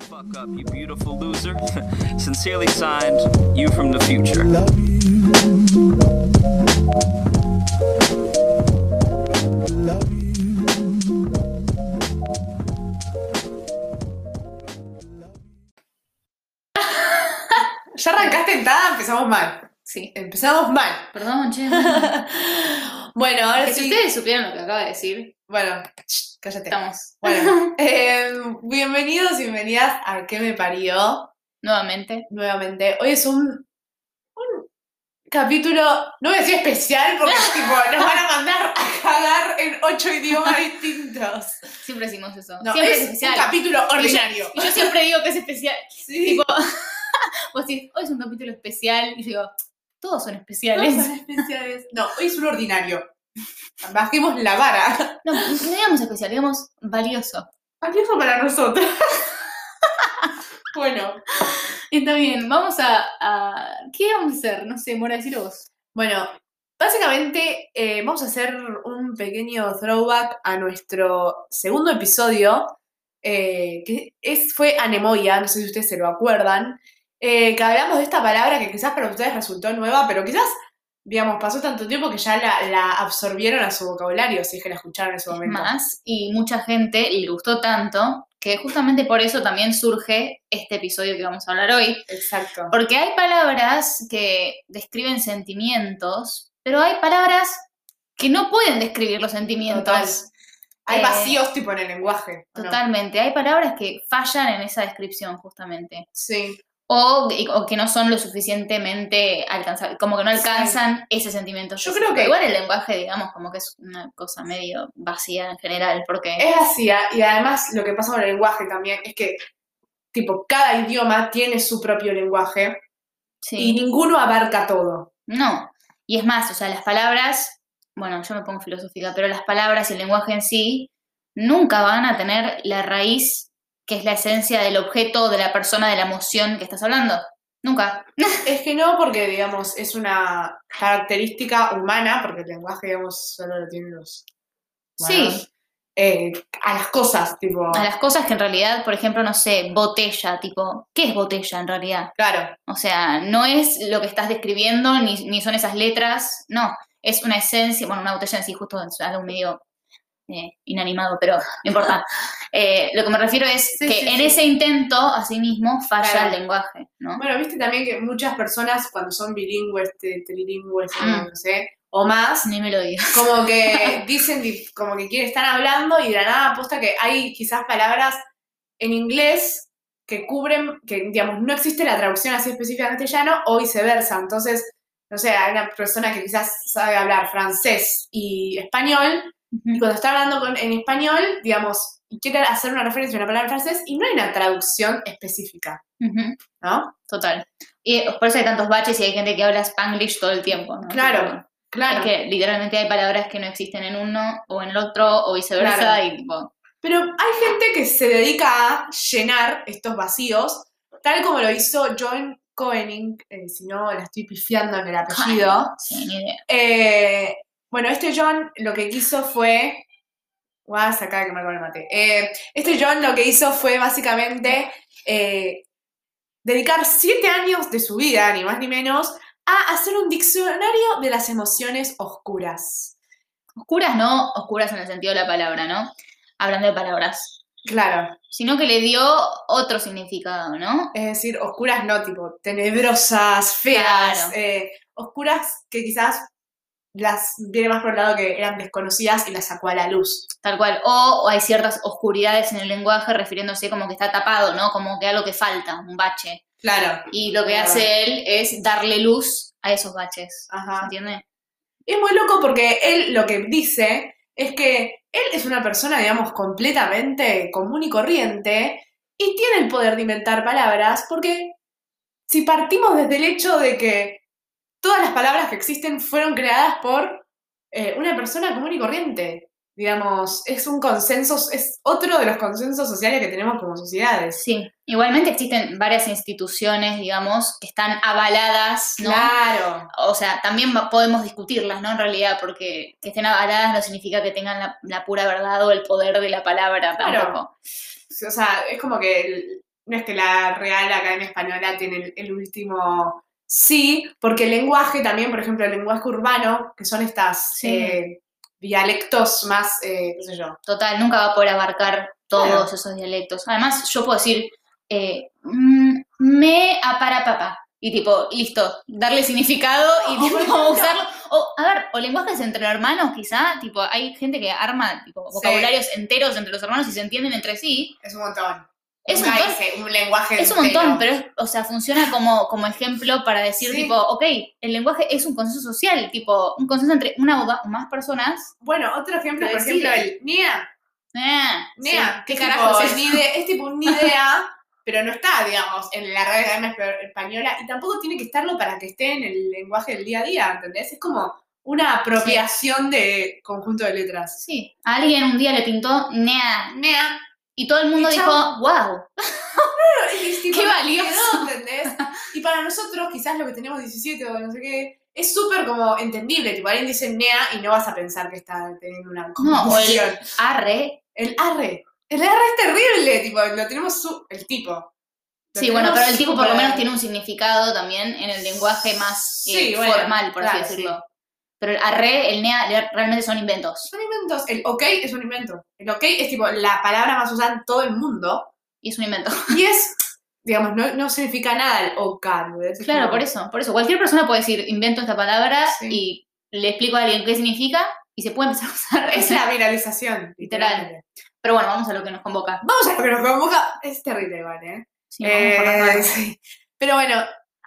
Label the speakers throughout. Speaker 1: fuck up, you beautiful loser. Sincerely signed, you from the future.
Speaker 2: Ya arrancaste tan, empezamos mal.
Speaker 3: Sí.
Speaker 2: Empezamos mal.
Speaker 3: Perdón, che. bueno.
Speaker 2: Bueno, ahora
Speaker 3: Que si
Speaker 2: sí.
Speaker 3: ustedes supieran lo que acaba de decir,
Speaker 2: Bueno, shh, cállate.
Speaker 3: estamos
Speaker 2: Bueno, em, bienvenidos y bienvenidas a ¿Qué me parió?
Speaker 3: nuevamente.
Speaker 2: Nuevamente. Hoy es un, un capítulo, no voy a decir especial porque tipo, nos van a mandar a cagar en ocho idiomas distintos.
Speaker 3: Siempre decimos eso.
Speaker 2: No,
Speaker 3: siempre es,
Speaker 2: es un
Speaker 3: especial.
Speaker 2: capítulo ordinario.
Speaker 3: Y yo siempre digo que es especial.
Speaker 2: Sí.
Speaker 3: Tipo, vos decís, hoy es un capítulo especial. Y yo digo, todos son especiales.
Speaker 2: Todos son especiales. No, hoy es un ordinario. Bajemos la vara.
Speaker 3: No, no digamos especial, digamos valioso.
Speaker 2: Valioso para nosotros. bueno,
Speaker 3: Está bien, vamos a, a- ¿Qué vamos a hacer? No sé, Mora, decir vos.
Speaker 2: Bueno, básicamente eh, vamos a hacer un pequeño throwback a nuestro segundo episodio, eh, que es, fue anemoia, no sé si ustedes se lo acuerdan, eh, que hablamos de esta palabra que quizás para ustedes resultó nueva, pero quizás, digamos, pasó tanto tiempo que ya la, la absorbieron a su vocabulario, si es que la escucharon en su
Speaker 3: Es
Speaker 2: momento.
Speaker 3: más y mucha gente le gustó tanto que justamente por eso también surge este episodio que vamos a hablar hoy,
Speaker 2: Exacto.
Speaker 3: Porque hay palabras que describen sentimientos, pero hay palabras que no pueden describir los sentimientos.
Speaker 2: Total. Hay
Speaker 3: eh,
Speaker 2: vacíos tipo en el lenguaje. ¿o no?
Speaker 3: Totalmente. Hay palabras que fallan en esa descripción, justamente.
Speaker 2: Sí,
Speaker 3: O, y- o que no son lo suficientemente alcanzables, como que no
Speaker 2: Sí.
Speaker 3: alcanzan ese sentimiento.
Speaker 2: Yo creo
Speaker 3: específico.
Speaker 2: que-
Speaker 3: Igual el lenguaje, digamos, como que es una cosa medio vacía en general, porque...
Speaker 2: es vacía y además lo que pasa con el lenguaje también es que, tipo, cada idioma tiene su propio lenguaje.
Speaker 3: sí.
Speaker 2: y ninguno abarca todo.
Speaker 3: No. Y es más, o sea, las palabras, bueno, yo me pongo filosófica, pero las palabras y el lenguaje en sí nunca van a tener la raíz que es la esencia del objeto, de la persona, de la emoción que estás hablando. Nunca.
Speaker 2: Es que no, porque digamos, es una característica humana, porque el lenguaje, digamos, solo lo tienen los humanos,
Speaker 3: Sí.
Speaker 2: eh, a las cosas, tipo.
Speaker 3: A las cosas que en realidad, por ejemplo, no sé, botella, tipo, ¿qué es botella en realidad?
Speaker 2: Claro,
Speaker 3: O sea, no es lo que estás describiendo, ni, ni son esas letras, no. Es una esencia, bueno, una botella en sí, justo es algo medio eh, inanimado, pero no importa. Eh, lo que me refiero es
Speaker 2: Sí,
Speaker 3: que
Speaker 2: sí,
Speaker 3: en
Speaker 2: sí.
Speaker 3: ese intento, así mismo, falla
Speaker 2: Claro.
Speaker 3: el lenguaje, ¿no?
Speaker 2: Bueno, viste también que muchas personas cuando son bilingües, te- trilingües, o
Speaker 3: Mm.
Speaker 2: no sé, o más,
Speaker 3: Ni me lo digas.
Speaker 2: como que dicen, di- como que quieren estar hablando y de la nada aposta que hay quizás palabras en inglés que cubren, que digamos, no existe la traducción así específica en castellano o viceversa. Entonces, no sé, hay una persona que quizás sabe hablar francés y español y cuando está hablando con- en español, digamos, y quiere hacer una referencia a una palabra en francés y no hay una traducción específica,
Speaker 3: Ujú,
Speaker 2: ¿no?
Speaker 3: Total. Y eh, por eso hay tantos baches y hay gente que habla spanglish todo el tiempo, ¿no?
Speaker 2: Claro,
Speaker 3: Tipo,
Speaker 2: Claro.
Speaker 3: Es que literalmente hay palabras que no existen en uno o en el otro o viceversa
Speaker 2: Claro.
Speaker 3: y tipo,
Speaker 2: Pero hay gente que se dedica a llenar estos vacíos, tal como lo hizo John Koenig, eh, si no la estoy pifiando en el apellido.
Speaker 3: sí, ni idea.
Speaker 2: Eh, bueno, este John lo que quiso fue. Guau, sacá que me acuerdo el mate. Eh, este John lo que hizo fue básicamente eh, dedicar siete años de su vida, ni más ni menos, a hacer un diccionario de las emociones oscuras.
Speaker 3: Oscuras no, oscuras en el sentido de la palabra, ¿no? Hablando de palabras.
Speaker 2: Claro,
Speaker 3: Sino que le dio otro significado, ¿no?
Speaker 2: es decir, oscuras no, tipo, tenebrosas, feas,
Speaker 3: Claro.
Speaker 2: eh, oscuras que quizás las viene más por el lado que eran desconocidas y las sacó a la luz.
Speaker 3: Tal cual. O, o hay ciertas oscuridades en el lenguaje refiriéndose como que está tapado, ¿no? Como que algo que falta, un bache.
Speaker 2: Claro.
Speaker 3: Y lo que
Speaker 2: Claro.
Speaker 3: hace él es darle luz a esos baches. ¿Se
Speaker 2: Ajá.
Speaker 3: entiende?
Speaker 2: Es muy loco porque él lo que dice es que él es una persona, digamos, completamente común y corriente y tiene el poder de inventar palabras porque si partimos desde el hecho de que todas las palabras que existen fueron creadas por eh, una persona común y corriente, digamos, es un consenso, es otro de los consensos sociales que tenemos como sociedades.
Speaker 3: Sí. Igualmente existen varias instituciones, digamos, que están avaladas, ¿no?
Speaker 2: Claro.
Speaker 3: O sea, también va- podemos discutirlas, ¿no? En realidad, porque que estén avaladas no significa que tengan la, la pura verdad o el poder de la palabra
Speaker 2: Claro.
Speaker 3: tampoco.
Speaker 2: O sea, es como que el- no es que la Real Academia Española tiene el, el último sí, porque el lenguaje también, por ejemplo, el lenguaje urbano, que son estas
Speaker 3: Sí.
Speaker 2: eh, dialectos más, eh, qué sé yo,
Speaker 3: Total, nunca va a poder abarcar todos
Speaker 2: Claro.
Speaker 3: esos dialectos. Además, yo puedo decir eh, mm, me a para papá. Y tipo, listo, darle significado y
Speaker 2: Oh,
Speaker 3: tipo,
Speaker 2: me encanta.
Speaker 3: usarlo. O, a ver, o lenguajes entre hermanos, quizá, tipo, hay gente que arma tipo,
Speaker 2: Sí.
Speaker 3: vocabularios enteros entre los hermanos y se entienden entre sí.
Speaker 2: es un montón.
Speaker 3: Es un
Speaker 2: Nunca
Speaker 3: montón,
Speaker 2: hice un lenguaje
Speaker 3: es un montón,
Speaker 2: entero.
Speaker 3: pero es- o sea, funciona como, como ejemplo para decir,
Speaker 2: Sí.
Speaker 3: tipo, ok, el lenguaje es un consenso social, tipo, un consenso entre una o da- o más personas.
Speaker 2: Bueno, otro ejemplo,
Speaker 3: Lo
Speaker 2: por
Speaker 3: decís.
Speaker 2: ejemplo, el NIA.
Speaker 3: Eh,
Speaker 2: NIA,
Speaker 3: sí, ¿qué
Speaker 2: es
Speaker 3: carajos
Speaker 2: tipo
Speaker 3: es?
Speaker 2: ni ide- es tipo un ni idea, pero no está, digamos, en la Real Academia Espa- Española y tampoco tiene que estarlo para que esté en el lenguaje del día a día, ¿entendés? Es como una apropiación de conjunto de letras.
Speaker 3: Sí, a alguien un día le pintó nea
Speaker 2: NIA.
Speaker 3: y todo el mundo
Speaker 2: Y
Speaker 3: dijo,
Speaker 2: chao.
Speaker 3: wow,
Speaker 2: Es tipo,
Speaker 3: ¡Qué
Speaker 2: no
Speaker 3: valioso!
Speaker 2: quedó, ¿entendés? Y para nosotros, quizás lo que tenemos 17 o no sé qué, es súper como entendible. Tipo, alguien dice nea y no vas a pensar que está teniendo una
Speaker 3: No, o
Speaker 2: confusión.
Speaker 3: el arre.
Speaker 2: el... arre. El arre es terrible, tipo, lo tenemos su... el tipo. Lo
Speaker 3: Sí, bueno,
Speaker 2: tenemos
Speaker 3: pero el tipo por lo
Speaker 2: súper-
Speaker 3: menos tiene un significado también en el lenguaje más eh,
Speaker 2: Sí, bueno,
Speaker 3: formal, por
Speaker 2: claro,
Speaker 3: así decirlo. Pero el arre, el nea, le- realmente son inventos.
Speaker 2: Son inventos. El ok es un invento. El ok es tipo la palabra más usada en todo el mundo.
Speaker 3: Y es un invento.
Speaker 2: Y es, digamos, no, no significa nada el ok. ¿entendés? Es
Speaker 3: Claro,
Speaker 2: como-
Speaker 3: por eso, por eso. Cualquier persona puede decir, invento esta palabra
Speaker 2: Sí.
Speaker 3: y le explico a alguien qué significa y se puede empezar a usar.
Speaker 2: Es la viralización,
Speaker 3: Literal.
Speaker 2: literal.
Speaker 3: Pero bueno, vamos a lo que nos convoca.
Speaker 2: Vamos a lo que nos convoca. Es terrible, igual, ¿eh?
Speaker 3: Sí, vamos por las
Speaker 2: Eh,
Speaker 3: ramas.
Speaker 2: sí. Pero bueno,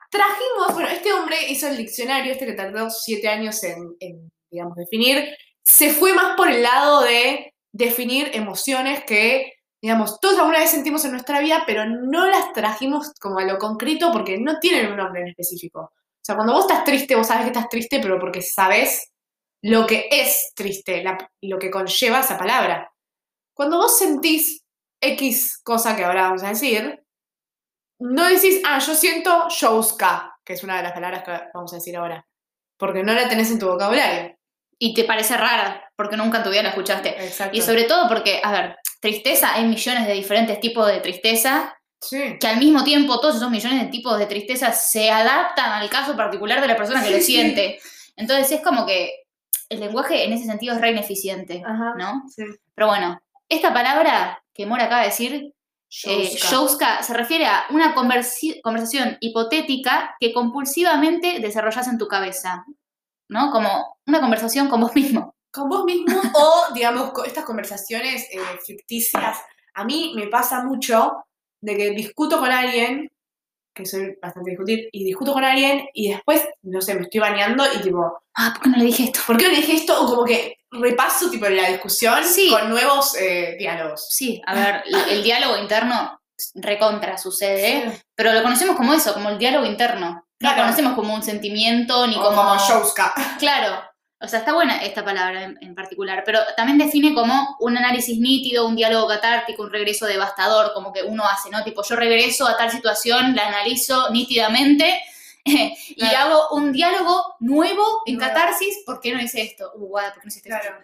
Speaker 2: trajimos, bueno, este hombre hizo el diccionario, este que tardó siete años en, en, digamos, definir, se fue más por el lado de definir emociones que, digamos, todos alguna vez sentimos en nuestra vida, pero no las trajimos como a lo concreto porque no tienen un nombre en específico. O sea, cuando vos estás triste, vos sabés que estás triste, pero porque sabés lo que es triste, la- lo que conlleva esa palabra. Cuando vos sentís X cosa que ahora vamos a decir, no decís, ah, yo siento Jouska, que es una de las palabras que vamos a decir ahora, porque no la tenés en tu vocabulario.
Speaker 3: Y te parece rara, porque nunca en tu vida la escuchaste.
Speaker 2: Exacto.
Speaker 3: Y sobre todo porque, a ver, tristeza, hay millones de diferentes tipos de tristeza,
Speaker 2: Sí.
Speaker 3: que al mismo tiempo todos esos millones de tipos de tristeza se adaptan al caso particular de la persona que lo
Speaker 2: Sí, sí.
Speaker 3: siente. Entonces es como que el lenguaje en ese sentido es re ineficiente,
Speaker 2: Ajá.
Speaker 3: ¿no?
Speaker 2: Sí.
Speaker 3: Pero bueno, esta palabra que Mora acaba de decir, eh,
Speaker 2: Jouska.
Speaker 3: Jouska, se refiere a una conversi- conversación hipotética que compulsivamente desarrollas en tu cabeza, ¿no? Como una conversación con vos mismo.
Speaker 2: Con vos mismo o, digamos, con estas conversaciones eh, ficticias. A mí me pasa mucho de que discuto con alguien, que soy bastante discutir, y discuto con alguien y después, no sé, me estoy bañando y tipo,
Speaker 3: Ah, ¿por qué no le dije esto?
Speaker 2: ¿por qué no dije esto? O como que repaso tipo la discusión
Speaker 3: Sí.
Speaker 2: con nuevos eh, diálogos.
Speaker 3: Sí, a ver, la- el diálogo interno recontra sucede,
Speaker 2: Sí.
Speaker 3: pero lo conocemos como eso, como el diálogo interno. No
Speaker 2: Claro.
Speaker 3: lo conocemos como un sentimiento ni
Speaker 2: O
Speaker 3: como,
Speaker 2: como Jouska.
Speaker 3: Claro. O sea, está buena esta palabra en, en particular, pero también define como un análisis nítido, un diálogo catártico, un regreso devastador, como que uno hace, ¿no? Tipo, yo regreso a tal situación, la analizo nítidamente y
Speaker 2: Claro.
Speaker 3: hago un diálogo nuevo en
Speaker 2: Nuevo.
Speaker 3: catarsis, ¿por qué no hice esto? Uh, guada, ¿por qué no hiciste esto?
Speaker 2: Claro.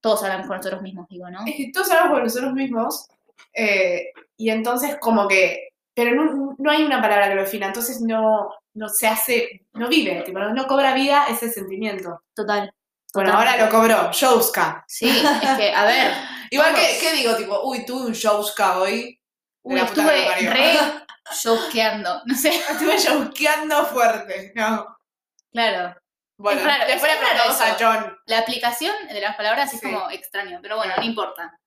Speaker 3: Todos hablan con nosotros mismos, digo, ¿no?
Speaker 2: es que todos hablamos por nosotros mismos eh, y entonces como que, pero no, no hay una palabra que lo defina, entonces no, no se hace, no vive, tipo, no, no cobra vida ese sentimiento.
Speaker 3: Total.
Speaker 2: Bueno,
Speaker 3: Totalmente.
Speaker 2: ahora lo cobró, Jouska.
Speaker 3: Sí, es que, a ver,
Speaker 2: Igual que,
Speaker 3: Todos.
Speaker 2: ¿qué digo? Tipo, uy, tuve un Jouska hoy. de
Speaker 3: Uy,
Speaker 2: la puta que lo parió.
Speaker 3: estuve re showkeando, no sé.
Speaker 2: Estuve jousqueando fuerte, no.
Speaker 3: Claro.
Speaker 2: Bueno,
Speaker 3: Es raro,
Speaker 2: después
Speaker 3: es
Speaker 2: le
Speaker 3: raro
Speaker 2: preguntamos a
Speaker 3: eso.
Speaker 2: John.
Speaker 3: La aplicación de las palabras es
Speaker 2: Sí.
Speaker 3: como extraño, pero bueno, no importa.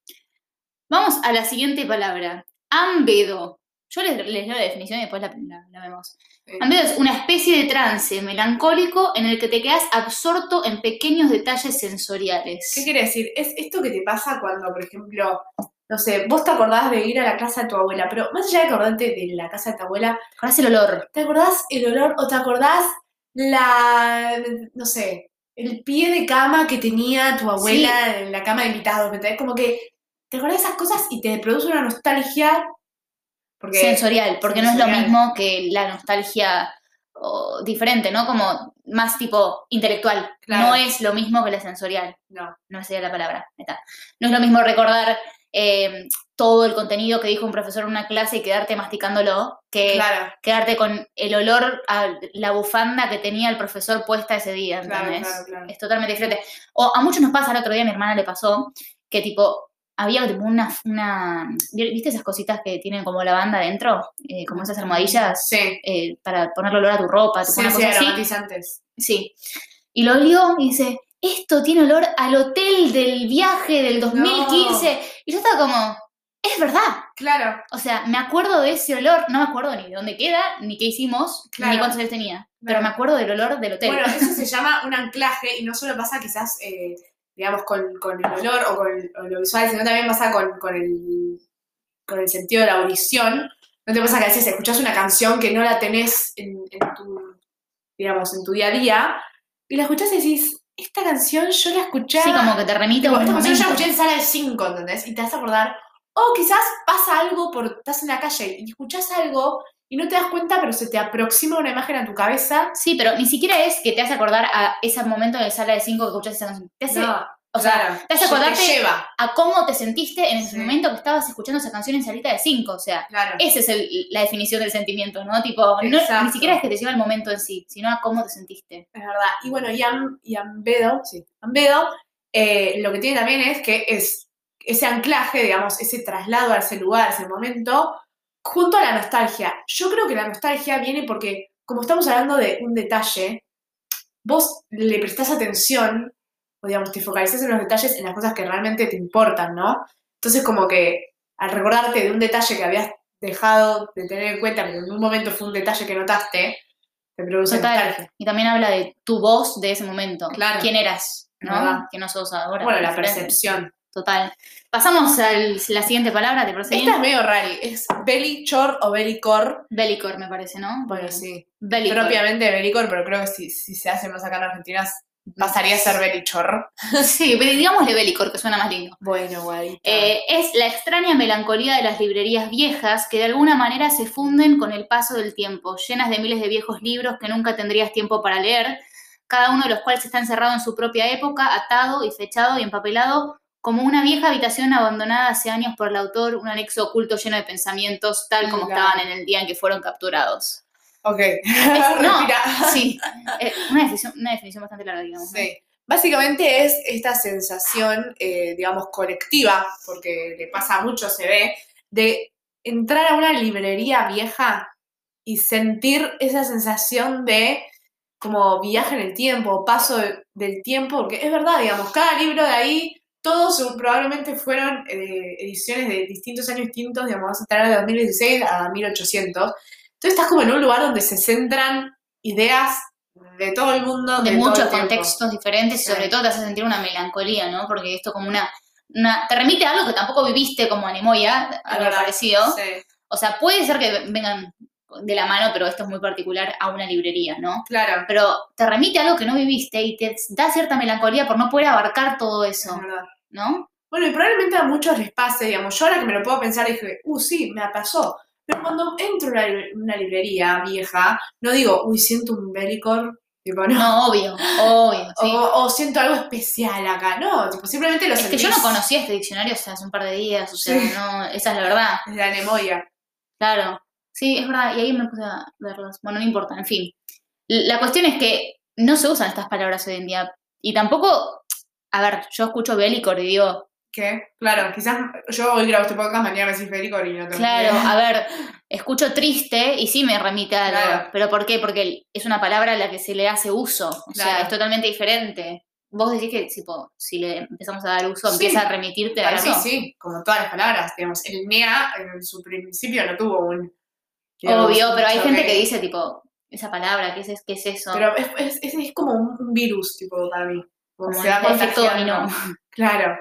Speaker 3: Vamos a la siguiente palabra. Ambedo. Yo les, les leo la definición y después la, la- la vemos.
Speaker 2: Sí.
Speaker 3: Ambedo es una especie de trance melancólico en el que te quedas absorto en pequeños detalles sensoriales.
Speaker 2: ¿Qué quiere decir? Es esto que te pasa cuando, por ejemplo, no sé, vos te acordás de ir a la casa de tu abuela, pero más allá de acordarte de la casa de tu abuela,
Speaker 3: Ahora el olor.
Speaker 2: ¿Te acordás el olor o te acordás la, no sé, el pie de cama que tenía tu abuela en la cama de invitados? ¿Me entendés? Como que te acordás de esas cosas y te produce una nostalgia. Porque,
Speaker 3: Sensorial, porque no es lo
Speaker 2: Sensorial.
Speaker 3: mismo que la nostalgia o, diferente, ¿no? Como más tipo intelectual.
Speaker 2: Claro.
Speaker 3: No es lo mismo que la sensorial.
Speaker 2: no,
Speaker 3: no me salía la palabra, ahí está. No es lo mismo recordar eh, todo el contenido que dijo un profesor en una clase y quedarte masticándolo, que
Speaker 2: claro,
Speaker 3: quedarte con el olor a la bufanda que tenía el profesor puesta ese día,
Speaker 2: claro,
Speaker 3: ¿entendés?
Speaker 2: claro, claro.
Speaker 3: Es totalmente diferente. O a muchos nos pasa, el otro día a mi hermana le pasó, que tipo, había como una, una- ¿viste esas cositas que tienen como lavanda adentro? Eh, como esas almohadillas
Speaker 2: Sí,
Speaker 3: eh, para ponerle olor a tu ropa, tipo
Speaker 2: sí,
Speaker 3: una
Speaker 2: sí,
Speaker 3: cosa así.
Speaker 2: aromatizantes.
Speaker 3: Sí. Y lo olió y dice, esto tiene olor al hotel del viaje del 2015. Y yo estaba como, es verdad.
Speaker 2: Claro,
Speaker 3: O sea, me acuerdo de ese olor, no me acuerdo ni de dónde queda, ni qué hicimos,
Speaker 2: Claro.
Speaker 3: ni cuántos años tenía.
Speaker 2: Claro.
Speaker 3: Pero me acuerdo del olor del hotel.
Speaker 2: bueno, eso se llama un anclaje y no solo pasa quizás, eh, digamos, con, con el olor o con o lo visual, sino también pasa con, con, el, con el sentido de la audición. ¿No te pasa que a veces escuchás una canción que no la tenés en, en tu, digamos, en tu día a día y la escuchás y decís, esta canción yo la escuchaba...
Speaker 3: sí, como que te remite a
Speaker 2: Tipo,
Speaker 3: un
Speaker 2: esta canción yo la
Speaker 3: momento.
Speaker 2: escuché en sala de 5, ¿entendés? Y te vas a acordar, o quizás pasa algo por, estás en la calle y escuchás algo y no te das cuenta, pero se te aproxima una imagen a tu cabeza.
Speaker 3: Sí, pero ni siquiera es que te hace acordar a ese momento de sala de cinco que escuchaste esa canción. Te hace
Speaker 2: No,
Speaker 3: o sea,
Speaker 2: claro,
Speaker 3: te hace acordarte-
Speaker 2: Te lleva,
Speaker 3: a cómo te sentiste en ese
Speaker 2: Sí.
Speaker 3: momento que estabas escuchando esa canción en salita de cinco. O sea,
Speaker 2: claro.
Speaker 3: Esa es el- la definición del sentimiento, ¿no? Tipo, no-
Speaker 2: Exacto.
Speaker 3: ni siquiera es que te lleva el momento en sí, sino a cómo te sentiste.
Speaker 2: Es verdad. Y bueno, y, Am- y Ambedo, sí, Ambedo, eh, lo que tiene también es que es ese anclaje, digamos, ese traslado a ese lugar, a ese momento, junto a la nostalgia. Yo creo que la nostalgia viene porque, como estamos hablando de un detalle, vos le prestás atención, o digamos, te focalizás en los detalles, en las cosas que realmente te importan, ¿no? Entonces, como que al recordarte de un detalle que habías dejado de tener en cuenta, pero en un momento fue un detalle que notaste, te produce nostalgia.
Speaker 3: Total. Y también habla de tu voz de ese momento.
Speaker 2: Claro.
Speaker 3: ¿Quién eras? ¿No?
Speaker 2: Verdad.
Speaker 3: Que no sos ahora.
Speaker 2: Bueno, la
Speaker 3: Diferente.
Speaker 2: percepción.
Speaker 3: Total. Pasamos a la siguiente palabra, ¿te procedí?
Speaker 2: Esta es medio rally. Es Bellicor o Bellicor.
Speaker 3: Bellicor, me parece, ¿no?
Speaker 2: Bueno, sí.
Speaker 3: Bellicor.
Speaker 2: Propiamente Bellicor, pero creo que si, si se hace más acá en Argentina pasaría a ser Bellichor.
Speaker 3: Sí, pero digámosle Bellicor, que suena más lindo.
Speaker 2: Bueno, guay.
Speaker 3: Eh, es la extraña melancolía de las librerías viejas que de alguna manera se funden con el paso del tiempo, llenas de miles de viejos libros que nunca tendrías tiempo para leer, cada uno de los cuales está encerrado en su propia época, atado y fechado y empapelado como una vieja habitación abandonada hace años por el autor, un anexo oculto lleno de pensamientos, tal como
Speaker 2: Claro.
Speaker 3: estaban en el día en que fueron capturados.
Speaker 2: ok.
Speaker 3: no.
Speaker 2: Respira.
Speaker 3: Sí, eh, una, definición, una definición bastante larga, digamos. ¿no?
Speaker 2: Sí. Básicamente es esta sensación, eh, digamos, colectiva, porque le pasa mucho, se ve, de entrar a una librería vieja y sentir esa sensación de como viaje en el tiempo, paso de- del tiempo, porque es verdad, digamos, cada libro de ahí, todos probablemente fueron eh, ediciones de distintos años distintos, digamos, vas a estar de 2016 a 1800. Entonces estás como en un lugar donde se centran ideas de todo el mundo,
Speaker 3: de
Speaker 2: todo el
Speaker 3: muchos
Speaker 2: tiempo.
Speaker 3: contextos diferentes y
Speaker 2: Sí.
Speaker 3: sobre todo te hace sentir una melancolía, ¿no? Porque esto como una, una- te remite a algo que tampoco viviste como Anemoya, algo
Speaker 2: verdad,
Speaker 3: parecido.
Speaker 2: Sí,
Speaker 3: O sea, puede ser que vengan de la mano, pero esto es muy particular a una librería, ¿no?
Speaker 2: claro.
Speaker 3: Pero te remite a algo que no viviste y te da cierta melancolía por no poder abarcar todo
Speaker 2: es
Speaker 3: eso,
Speaker 2: verdad.
Speaker 3: ¿no?
Speaker 2: Bueno, y probablemente a muchos les pase, digamos, yo ahora que me lo puedo pensar dije, uh, sí, me pasó. Pero cuando entro a una, libr- una librería vieja, no digo, uy, siento un belicor, tipo, no.
Speaker 3: No, obvio, obvio. ¿sí?
Speaker 2: O, o siento algo especial acá, no, tipo, simplemente lo
Speaker 3: es que
Speaker 2: sentís.
Speaker 3: yo no conocía este diccionario hasta hace un par de días, o sea,
Speaker 2: Sí.
Speaker 3: no, esa es la verdad.
Speaker 2: Desde la memoria.
Speaker 3: Claro, sí, es verdad, y ahí me puse a verlas. Bueno, no importa, en fin. L- La cuestión es que no se usan estas palabras hoy en día. Y tampoco, a ver, yo escucho Bellicor y digo,
Speaker 2: ¿Qué? Claro, quizás yo hoy grabo este podcast, mañana me decís belicor y no tengo
Speaker 3: claro,
Speaker 2: idea.
Speaker 3: a ver, escucho triste y sí me remite a algo.
Speaker 2: Claro.
Speaker 3: ¿Pero por qué? Porque el- es una palabra a la que se le hace uso. O sea,
Speaker 2: Claro.
Speaker 3: es totalmente diferente. Vos decís que tipo, si le empezamos a dar uso,
Speaker 2: Sí.
Speaker 3: empieza a remitirte a
Speaker 2: Para
Speaker 3: eso.
Speaker 2: mí sí, como todas las palabras, digamos, el NEA en su principio no tuvo un... digamos,
Speaker 3: Obvio, pero hay
Speaker 2: mucho
Speaker 3: gente que
Speaker 2: que-
Speaker 3: dice tipo, esa palabra, ¿qué es, qué es eso?
Speaker 2: Pero es, es- es- es como un virus, tipo, para mí. Como
Speaker 3: Como
Speaker 2: se va
Speaker 3: el efecto
Speaker 2: contagiando.
Speaker 3: dominó.
Speaker 2: Claro.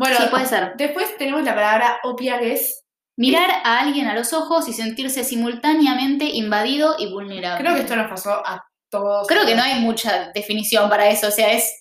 Speaker 2: Bueno,
Speaker 3: Sí, puede ser.
Speaker 2: después tenemos la palabra opiaguez.
Speaker 3: Mirar a alguien a los ojos y sentirse simultáneamente invadido y vulnerable.
Speaker 2: Creo que esto nos pasó a todos.
Speaker 3: Creo que no hay mucha definición para eso, o sea, es,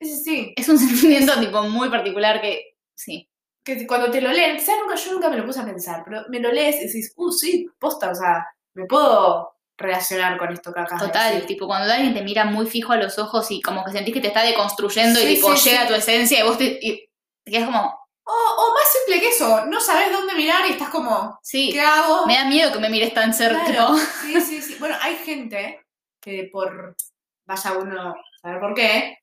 Speaker 2: Sí, sí, sí.
Speaker 3: es un sentimiento tipo muy particular que, sí,
Speaker 2: Que cuando te lo leen, quizás nunca, yo nunca me lo puse a pensar, pero me lo lees y decís, uh, sí, posta, o sea, me puedo relacionar con esto que acabas de
Speaker 3: total,
Speaker 2: decir".
Speaker 3: tipo cuando alguien te mira muy fijo a los ojos y como que sentís que te está deconstruyendo
Speaker 2: Sí,
Speaker 3: y tipo
Speaker 2: sí,
Speaker 3: llega
Speaker 2: sí.
Speaker 3: a tu esencia y vos te, y te quedas como,
Speaker 2: O, o más simple que eso, no sabes dónde mirar y estás como,
Speaker 3: Sí,
Speaker 2: ¿qué hago?
Speaker 3: me da miedo que me mires tan cerca.
Speaker 2: Claro, sí, sí, sí. Bueno, hay gente que por, vaya uno a saber por qué,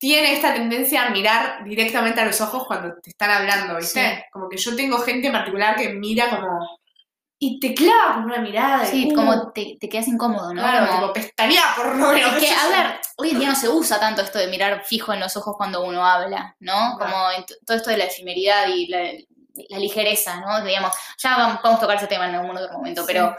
Speaker 2: tiene esta tendencia a mirar directamente a los ojos cuando te están hablando, ¿viste?
Speaker 3: Sí.
Speaker 2: Como que yo tengo gente en particular que mira como... Y te clava con una mirada. de,
Speaker 3: Sí,
Speaker 2: uh,
Speaker 3: como te, te quedas incómodo, ¿no?
Speaker 2: Claro,
Speaker 3: Como-
Speaker 2: tipo, pestañea por lo menos.
Speaker 3: Es que,
Speaker 2: qué sé
Speaker 3: a
Speaker 2: yo.
Speaker 3: ver, hoy en día no se usa tanto esto de mirar fijo en los ojos cuando uno habla, ¿no?
Speaker 2: No.
Speaker 3: Como en t- todo esto de la efemeridad y la, la ligereza, ¿no? Digamos, ya vam- vamos a tocar ese tema en algún otro momento,
Speaker 2: Sí.
Speaker 3: pero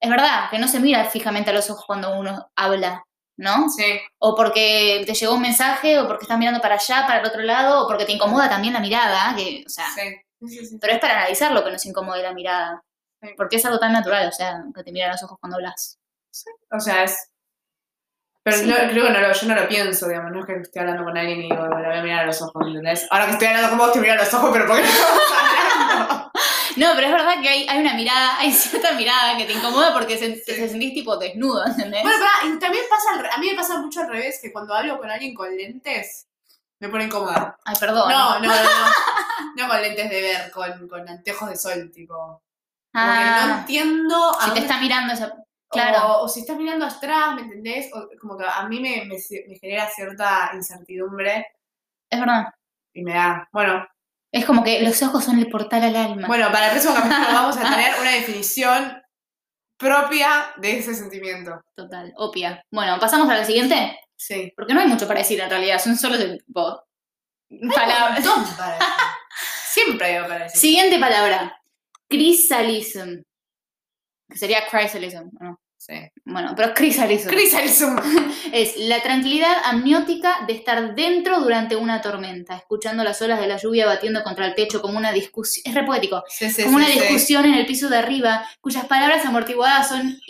Speaker 3: es verdad que no se mira fijamente a los ojos cuando uno habla, ¿no?
Speaker 2: Sí,
Speaker 3: O porque te llegó un mensaje, o porque estás mirando para allá, para el otro lado, o porque te incomoda también la mirada, que, o sea,
Speaker 2: sí. Sí, sí, sí.
Speaker 3: pero es para analizar lo que nos incomode la mirada.
Speaker 2: Sí.
Speaker 3: Porque es algo tan natural, o sea, que te miran los ojos cuando hablas.
Speaker 2: O sea, es. Pero
Speaker 3: Sí.
Speaker 2: no, creo que no lo, yo no lo pienso, digamos. No es que estoy hablando con alguien y digo, "Bueno, la voy a mirar a los ojos, ¿entendés? Ahora que estoy hablando con vos, te miro a los ojos, pero ¿por qué no estamos hablando?
Speaker 3: No, pero es verdad que hay, hay una mirada, hay cierta mirada que te incomoda porque se, te- te sentís tipo desnudo, ¿entendés?
Speaker 2: bueno, pará, y también pasa. al re- A mí me pasa mucho al revés, que cuando hablo con alguien con lentes, me pone incómoda.
Speaker 3: Ay, perdón.
Speaker 2: No, no, no. no. No con lentes de ver, con, con anteojos de sol, tipo. Como que no
Speaker 3: Ah,
Speaker 2: entiendo a
Speaker 3: si te
Speaker 2: dónde
Speaker 3: está mirando esa... Claro.
Speaker 2: O, o si estás mirando atrás, ¿me entendés? O, como que a mí me, me, me genera cierta incertidumbre
Speaker 3: Es verdad.
Speaker 2: y me da. Bueno,
Speaker 3: Es como que los ojos son el portal al alma.
Speaker 2: bueno, para el próximo capítulo vamos a tener una definición propia de ese sentimiento.
Speaker 3: Total, opia. Bueno, pasamos a la siguiente,
Speaker 2: Sí.
Speaker 3: porque no hay mucho para decir en realidad, son solo de- tipo, palabras.
Speaker 2: Un montón para decir. Siempre hay algo para decir.
Speaker 3: Siguiente palabra. Chrysalism. Que sería chrysalism, ¿o ¿no?
Speaker 2: Sí.
Speaker 3: Bueno, pero chrysalism.
Speaker 2: Chris Elson.
Speaker 3: Es la tranquilidad amniótica de estar dentro durante una tormenta, escuchando las olas de la lluvia batiendo contra el techo como una discusión, es re poético,
Speaker 2: Sí, sí,
Speaker 3: como una
Speaker 2: sí, sí.
Speaker 3: discusión en el piso de arriba, cuyas palabras amortiguadas son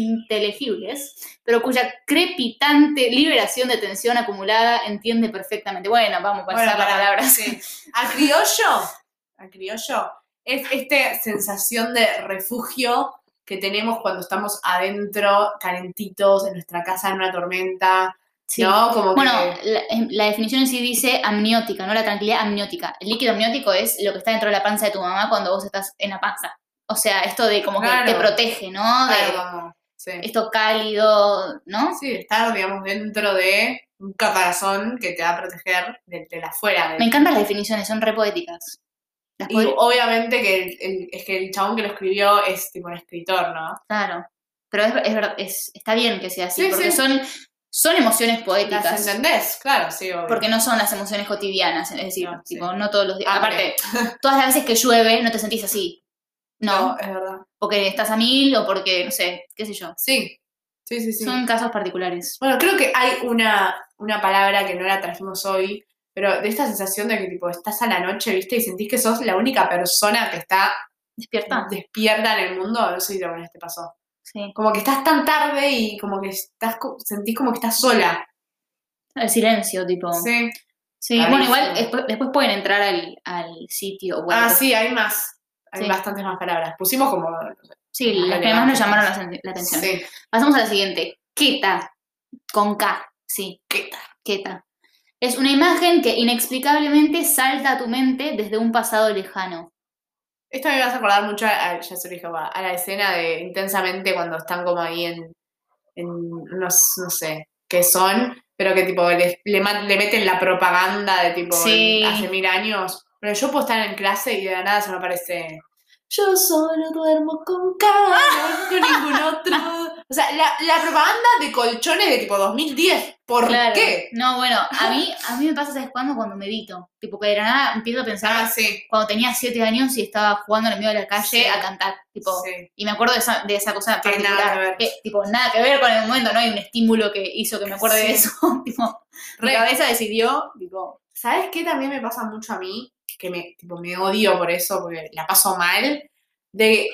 Speaker 3: ininteligibles, pero cuya crepitante liberación de tensión acumulada entiende perfectamente. Bueno, vamos a pasar
Speaker 2: Bueno,
Speaker 3: las
Speaker 2: pará,
Speaker 3: palabras.
Speaker 2: sí. Al criollo, al criollo, es esta sensación de refugio que tenemos cuando estamos adentro, calentitos, en nuestra casa, en una tormenta,
Speaker 3: Sí.
Speaker 2: ¿no? Como
Speaker 3: Bueno,
Speaker 2: que...
Speaker 3: la, em, la definición en sí dice amniótica, ¿no? La tranquilidad amniótica. El líquido amniótico es lo que está dentro de la panza de tu mamá cuando vos estás en la panza. O sea, esto de como
Speaker 2: Claro.
Speaker 3: que te protege, ¿no? De
Speaker 2: Claro, como- sí.
Speaker 3: esto cálido, ¿no?
Speaker 2: Sí, estar, digamos, dentro de un caparazón que te va a proteger del, del afuera. del-
Speaker 3: Me encantan las definiciones, son re poéticas. Las
Speaker 2: Y
Speaker 3: pod-
Speaker 2: obviamente que el- el- es que el chabón que lo escribió es tipo un escritor, ¿no?
Speaker 3: Claro. Pero es, es verdad- es- está bien que sea así,
Speaker 2: Sí,
Speaker 3: porque
Speaker 2: sí.
Speaker 3: Son, son emociones
Speaker 2: ¿Las
Speaker 3: poéticas.
Speaker 2: entendés? Claro, sí, obvio.
Speaker 3: Porque no son las emociones cotidianas, es decir,
Speaker 2: No, sí.
Speaker 3: tipo, no todos los días.
Speaker 2: Ah,
Speaker 3: Aparte, todas las veces que llueve no te sentís así. No,
Speaker 2: es verdad.
Speaker 3: porque estás a mil o porque, no sé, qué sé yo.
Speaker 2: Sí, sí, sí, sí.
Speaker 3: Son casos particulares.
Speaker 2: Bueno, creo que hay una, una palabra que no la trajimos hoy, pero de esta sensación de que tipo estás a la noche, ¿viste? Y sentís que sos la única persona que está
Speaker 3: Despierta.
Speaker 2: despierta en el mundo. No sé si alguna vez te pasó.
Speaker 3: Sí.
Speaker 2: Como que estás tan tarde y como que estás co- sentís como que estás sola.
Speaker 3: El silencio, tipo. Sí.
Speaker 2: Sí.
Speaker 3: Bueno, igual
Speaker 2: Rarísimo.
Speaker 3: después, después pueden entrar al, al sitio. web.
Speaker 2: ah, sí, hay más. Hay
Speaker 3: Sí.
Speaker 2: bastantes más palabras. Pusimos como.
Speaker 3: Sí,
Speaker 2: Ah,
Speaker 3: las que
Speaker 2: le
Speaker 3: más nos
Speaker 2: bajas.
Speaker 3: llamaron la, la atención.
Speaker 2: Sí.
Speaker 3: Pasamos a la siguiente. Queta. Con K. Sí. Queta. Queta. Es una imagen que inexplicablemente salta a tu mente desde un pasado lejano.
Speaker 2: Esto me vas a acordar mucho, a, a- ya se lo dije, a a la escena de Intensamente cuando están como ahí en, en unos, no sé, qué son, pero que tipo le, le ma- le meten la propaganda de tipo
Speaker 3: Sí.
Speaker 2: en- hace mil años. Pero yo puedo estar en clase y de la nada se me aparece, yo solo duermo con K, no con ningún otro. O sea, la, la propaganda de colchones de tipo 2010, ¿por qué?
Speaker 3: No, bueno, a mí, a mí me pasa, ¿sabes cuándo? Cuando medito. Tipo, que de la nada empiezo a pensar
Speaker 2: Ah, sí.
Speaker 3: cuando tenía siete años y estaba jugando en el medio de la calle
Speaker 2: Sí.
Speaker 3: a cantar. Tipo,
Speaker 2: sí.
Speaker 3: Y me acuerdo de esa, de esa cosa
Speaker 2: Que nada
Speaker 3: particular.
Speaker 2: que ver.
Speaker 3: tipo, nada que ver con el momento, no hay un estímulo que hizo que me acuerde
Speaker 2: Sí.
Speaker 3: de eso. tipo, mi
Speaker 2: Re.
Speaker 3: cabeza decidió, tipo,
Speaker 2: ¿Sabes qué también me pasa mucho a mí? Que me, tipo, me odio por eso, porque la paso mal. De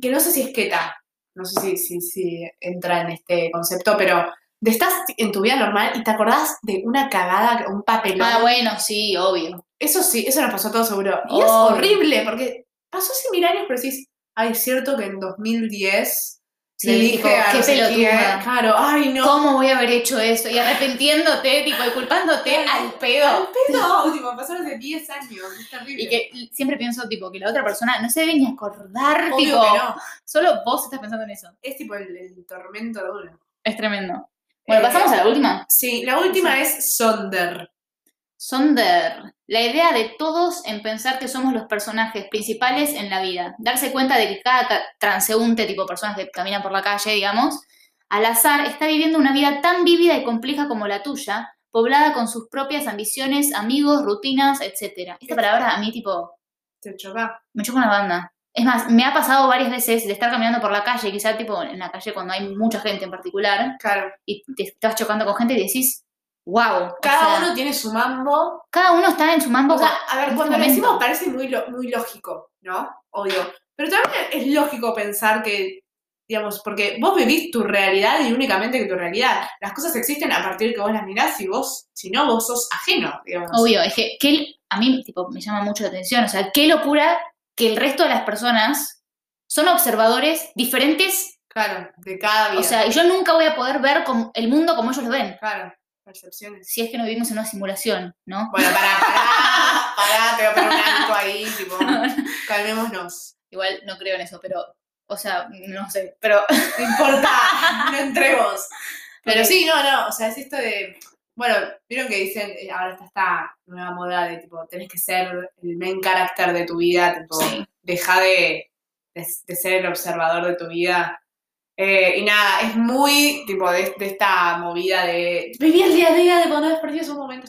Speaker 2: que no sé si es queta, no sé si, si, si entra en este concepto, pero de estás en tu vida normal y te acordás de una cagada, un papelón.
Speaker 3: ah, bueno, sí, obvio.
Speaker 2: Eso sí, eso nos pasó a todos seguro. Y es
Speaker 3: Obvio.
Speaker 2: horrible, porque pasó hace mil años, pero decís, ay, es cierto que en 2010
Speaker 3: Sí,
Speaker 2: le
Speaker 3: tipo,
Speaker 2: dije a
Speaker 3: qué
Speaker 2: no sé quién,
Speaker 3: pelotuda.
Speaker 2: Claro, ay, no.
Speaker 3: ¿Cómo voy a haber hecho eso? Y arrepintiéndote, tipo, y culpándote al
Speaker 2: Al
Speaker 3: pedo.
Speaker 2: pedo, tipo, pasaron hace 10 años, es terrible.
Speaker 3: Y que siempre pienso, tipo, que la otra persona no se debe ni acordar,
Speaker 2: Obvio
Speaker 3: tipo,
Speaker 2: que no.
Speaker 3: solo vos estás pensando en eso.
Speaker 2: Es tipo el, el tormento de uno.
Speaker 3: Es tremendo. Bueno,
Speaker 2: Eh,
Speaker 3: pasamos a la última.
Speaker 2: Sí, la última es Sonder.
Speaker 3: Sonder. La idea de todos en pensar que somos los personajes principales en la vida. Darse cuenta de que cada ca- transeúnte, tipo personas que caminan por la calle, digamos, al azar, está viviendo una vida tan vívida y compleja como la tuya, poblada con sus propias ambiciones, amigos, rutinas, etc. Esta palabra a mí, tipo,
Speaker 2: Te choca.
Speaker 3: me choca una banda. Es más, me ha pasado varias veces de estar caminando por la calle, quizá tipo en la calle cuando hay mucha gente en particular,
Speaker 2: Claro.
Speaker 3: y te estás chocando con gente y decís, wow.
Speaker 2: Cada uno tiene su mambo.
Speaker 3: cada uno está en su mambo.
Speaker 2: O sea, a
Speaker 3: en
Speaker 2: ver,
Speaker 3: este
Speaker 2: cuando lo
Speaker 3: momento.
Speaker 2: decimos parece muy, lo- muy lógico, ¿no? Obvio. Pero también es lógico pensar que, digamos, porque vos vivís tu realidad y únicamente que tu realidad. Las cosas existen a partir de que vos las mirás y vos, si no, vos sos ajeno, digamos.
Speaker 3: obvio, es que, que- a mí tipo, me llama mucho la atención. O sea, qué locura que el resto de las personas son observadores diferentes.
Speaker 2: Claro, de cada vida.
Speaker 3: O sea, y yo nunca voy a poder ver como- el mundo como ellos lo ven.
Speaker 2: claro, percepciones.
Speaker 3: Si es que no vivimos en una simulación, ¿no?
Speaker 2: Bueno, pará, pará, pará, te voy a poner un alto ahí, tipo, calmémonos.
Speaker 3: Igual no creo en eso, pero, o sea, no sé, pero
Speaker 2: No importa, no entremos. Pero
Speaker 3: Ok.
Speaker 2: sí, no, no, o sea, es esto de, bueno, vieron que dicen, eh, ahora está esta nueva moda de, tipo, tenés que ser el main character de tu vida, tipo,
Speaker 3: sí.
Speaker 2: deja de, de, de ser el observador de tu vida. Eh, y nada, es muy, tipo, de, de esta movida de, viví el día a día de cuando desperdicias un momento.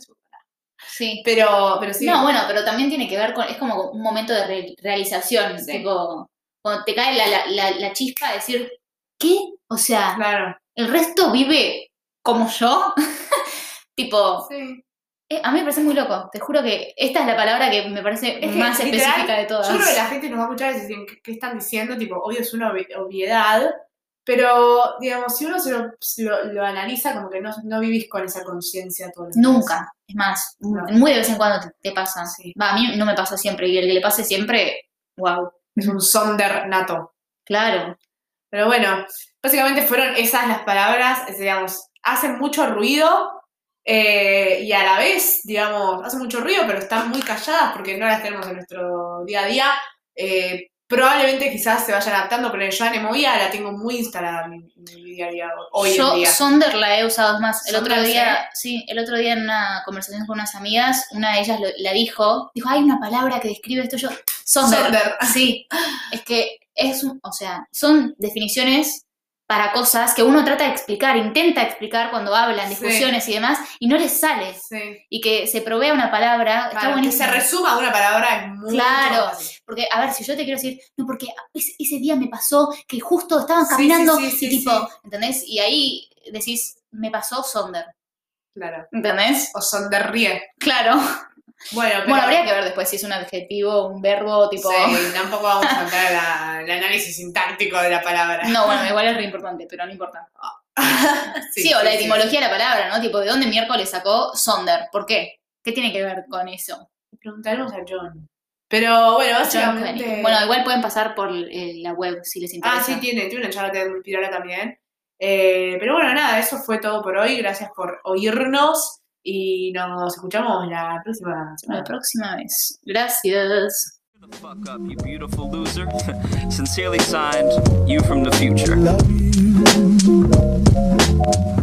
Speaker 3: sí.
Speaker 2: Pero, pero sí.
Speaker 3: No, bueno, pero también tiene que ver con, es como un momento de re- realización,
Speaker 2: Sí.
Speaker 3: tipo, cuando te cae la, la- la- la chispa de decir, ¿qué? O sea,
Speaker 2: Claro.
Speaker 3: ¿el resto vive como yo? tipo,
Speaker 2: Sí.
Speaker 3: eh, a mí me parece muy loco, te juro que esta es la palabra que me parece
Speaker 2: Es que,
Speaker 3: más
Speaker 2: literal,
Speaker 3: específica de todas.
Speaker 2: Yo creo que la gente nos va a escuchar y dicen, ¿qué, qué están diciendo? Tipo, obvio es una obvi- obviedad, pero, digamos, si uno se lo, se lo- lo analiza, como que no, no vivís con esa conciencia todo el
Speaker 3: Nunca, es más,
Speaker 2: No.
Speaker 3: muy de vez en cuando te, te pasa.
Speaker 2: Sí.
Speaker 3: Va, a mí no me pasa siempre, y el que le pase siempre, wow.
Speaker 2: Es un sonder nato.
Speaker 3: Claro,
Speaker 2: Pero bueno, básicamente fueron esas las palabras, es, digamos, hacen mucho ruido eh, y a la vez, digamos, hacen mucho ruido, pero están muy calladas porque no las tenemos en nuestro día a día. Eh, probablemente quizás se vayan adaptando, pero yo Anemovia la tengo muy instalada en mi, en mi día a día hoy
Speaker 3: Yo
Speaker 2: en día.
Speaker 3: Sonder la he usado es más. El otro
Speaker 2: Sonder,
Speaker 3: día, sí, el otro día en una conversación con unas amigas, una de ellas lo- la dijo, dijo, hay una palabra que describe esto yo. Sonder.
Speaker 2: Sonder.
Speaker 3: Sí. Es que es un, o sea, son definiciones para cosas que uno trata de explicar, intenta explicar cuando hablan,
Speaker 2: Sí.
Speaker 3: discusiones y demás, y no les sale.
Speaker 2: Sí.
Speaker 3: Y que se provea una palabra, está
Speaker 2: Claro, que
Speaker 3: buenísimo.
Speaker 2: se resuma a una palabra es muy
Speaker 3: Claro.
Speaker 2: fácil.
Speaker 3: Porque, a ver, si yo te quiero decir, no, porque ese, ese día me pasó que justo estaban
Speaker 2: Sí, sí,
Speaker 3: caminando
Speaker 2: sí, sí,
Speaker 3: y tipo,
Speaker 2: sí.
Speaker 3: ¿entendés? Y ahí decís, me pasó Sonder.
Speaker 2: Claro.
Speaker 3: ¿Entendés?
Speaker 2: O sonderríe.
Speaker 3: Claro.
Speaker 2: Bueno, pero...
Speaker 3: Bueno, habría que ver después si es un adjetivo, un verbo, tipo.
Speaker 2: Sí, tampoco vamos a entrar a la- al análisis sintáctico de la palabra.
Speaker 3: No, bueno, igual es re importante, pero no importa. Sí,
Speaker 2: Sí,
Speaker 3: o la
Speaker 2: sí, sí.
Speaker 3: etimología de la palabra, ¿no? Tipo, ¿de dónde miércoles sacó Sonder? ¿Por qué? ¿Qué tiene que ver con eso?
Speaker 2: Preguntaremos a John. Pero bueno,
Speaker 3: John
Speaker 2: básicamente.
Speaker 3: Koenig. Bueno, igual pueden pasar por eh, la web si les interesa.
Speaker 2: ah, sí, tiene, tiene una charla TED muy pirata también. Eh, pero bueno, nada, eso fue todo por hoy. Gracias por oírnos y nos escuchamos la próxima
Speaker 3: La
Speaker 2: semana.
Speaker 3: próxima vez. Gracias.
Speaker 1: The fuck up, you beautiful loser. Sincerely signed, you from the future.
Speaker 4: love you.